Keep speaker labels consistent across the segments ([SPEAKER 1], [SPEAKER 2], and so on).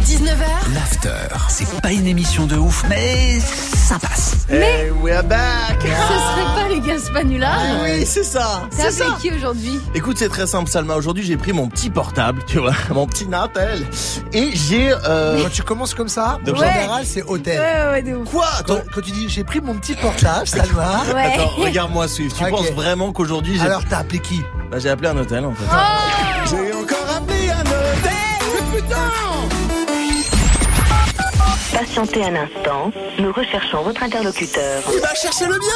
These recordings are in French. [SPEAKER 1] 19h,
[SPEAKER 2] L'after, c'est pas une émission de ouf, mais ça passe.
[SPEAKER 3] Mais we're Eh back
[SPEAKER 4] Ce serait pas les gars
[SPEAKER 3] Ah
[SPEAKER 4] Spanula
[SPEAKER 3] Oui, c'est ça
[SPEAKER 4] T'as
[SPEAKER 3] C'est
[SPEAKER 4] fait
[SPEAKER 3] ça
[SPEAKER 4] qui aujourd'hui
[SPEAKER 3] Écoute, c'est très simple, Salma. Aujourd'hui, j'ai pris mon petit portable, tu vois, mon petit Natel, et j'ai... Euh...
[SPEAKER 5] Quand tu commences comme ça, en
[SPEAKER 3] Ouais.
[SPEAKER 5] général, c'est hôtel.
[SPEAKER 4] ouais, de ouf.
[SPEAKER 3] Quoi
[SPEAKER 5] Quand,
[SPEAKER 3] Attends,
[SPEAKER 5] quand tu dis j'ai pris mon petit portable, Salma.
[SPEAKER 4] Ouais.
[SPEAKER 3] attends, regarde-moi, Swift. Tu
[SPEAKER 5] Ok.
[SPEAKER 3] penses vraiment qu'aujourd'hui, j'ai
[SPEAKER 5] Alors t'as appelé qui
[SPEAKER 3] bah, j'ai appelé un hôtel, en fait. J'ai encore appelé un hôtel Putain
[SPEAKER 6] Patientez un instant, nous recherchons votre interlocuteur.
[SPEAKER 3] Il va chercher le bien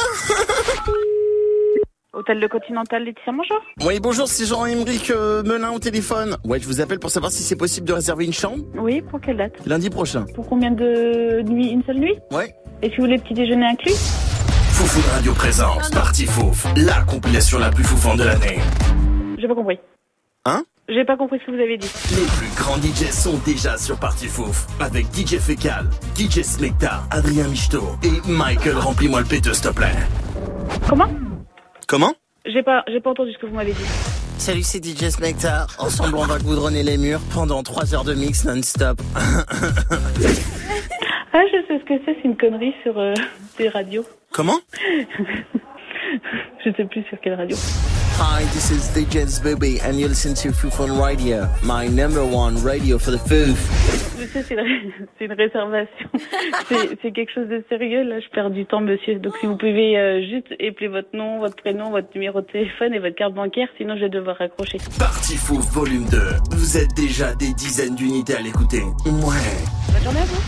[SPEAKER 7] Hôtel Le Continental, Laetitia, bonjour.
[SPEAKER 3] Oui, bonjour, c'est Jean-Émeric euh, Melin au téléphone. Ouais, je vous appelle pour savoir si c'est possible de réserver une chambre
[SPEAKER 7] Oui, pour quelle date
[SPEAKER 3] lundi prochain.
[SPEAKER 7] Pour combien de nuits Une seule nuit
[SPEAKER 3] Ouais.
[SPEAKER 7] Et si vous voulez petit déjeuner inclus
[SPEAKER 8] Foufou de Radio présence, Parti Fouf, la compilation la plus foufante de l'année.
[SPEAKER 7] J'ai pas compris.
[SPEAKER 3] Hein
[SPEAKER 7] J'ai pas compris ce que vous avez dit.
[SPEAKER 8] Les plus grands DJ sont déjà sur Parti Fouf, avec DJ Fécal, DJ Smecta, Adrien Michto et Michael Remplis-moi le péteux s'il te plaît.
[SPEAKER 7] Comment
[SPEAKER 3] Comment
[SPEAKER 7] J'ai pas, j'ai pas entendu ce que vous m'avez dit.
[SPEAKER 3] Salut, c'est DJ Spectre. Ensemble, on va goudronner les murs pendant 3 heures de mix non-stop.
[SPEAKER 7] Ah, je sais ce que c'est, c'est une connerie sur euh, des radios.
[SPEAKER 3] Comment
[SPEAKER 7] Je sais plus sur quelle radio.
[SPEAKER 3] Hi, this is DJ's Baby, and you listen to Foof on Radio, my number one radio for the Foof.
[SPEAKER 7] Je sais, c'est une, ré- c'est une réservation. C'est c'est quelque chose de sérieux, là, je perds du temps, monsieur. Donc si vous pouvez euh, juste épeler votre nom, votre prénom, votre numéro de téléphone et votre carte bancaire, sinon je vais devoir raccrocher.
[SPEAKER 8] Parti Fouf volume 2, vous êtes déjà des dizaines d'unités à l'écouter. Ouais.
[SPEAKER 7] Bonne journée à vous.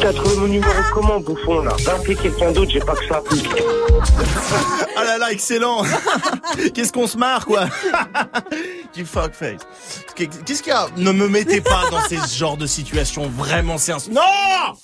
[SPEAKER 9] T'as trouvé mon numéro comment, bouffon, là Va appeler quelqu'un d'autre, j'ai pas que ça.
[SPEAKER 3] Ah là là, excellent Qu'est-ce qu'on se marre, quoi Du fuckface. Qu'est-ce qu'il y a Ne me mettez pas dans ces genres de situations, vraiment, c'est un... Non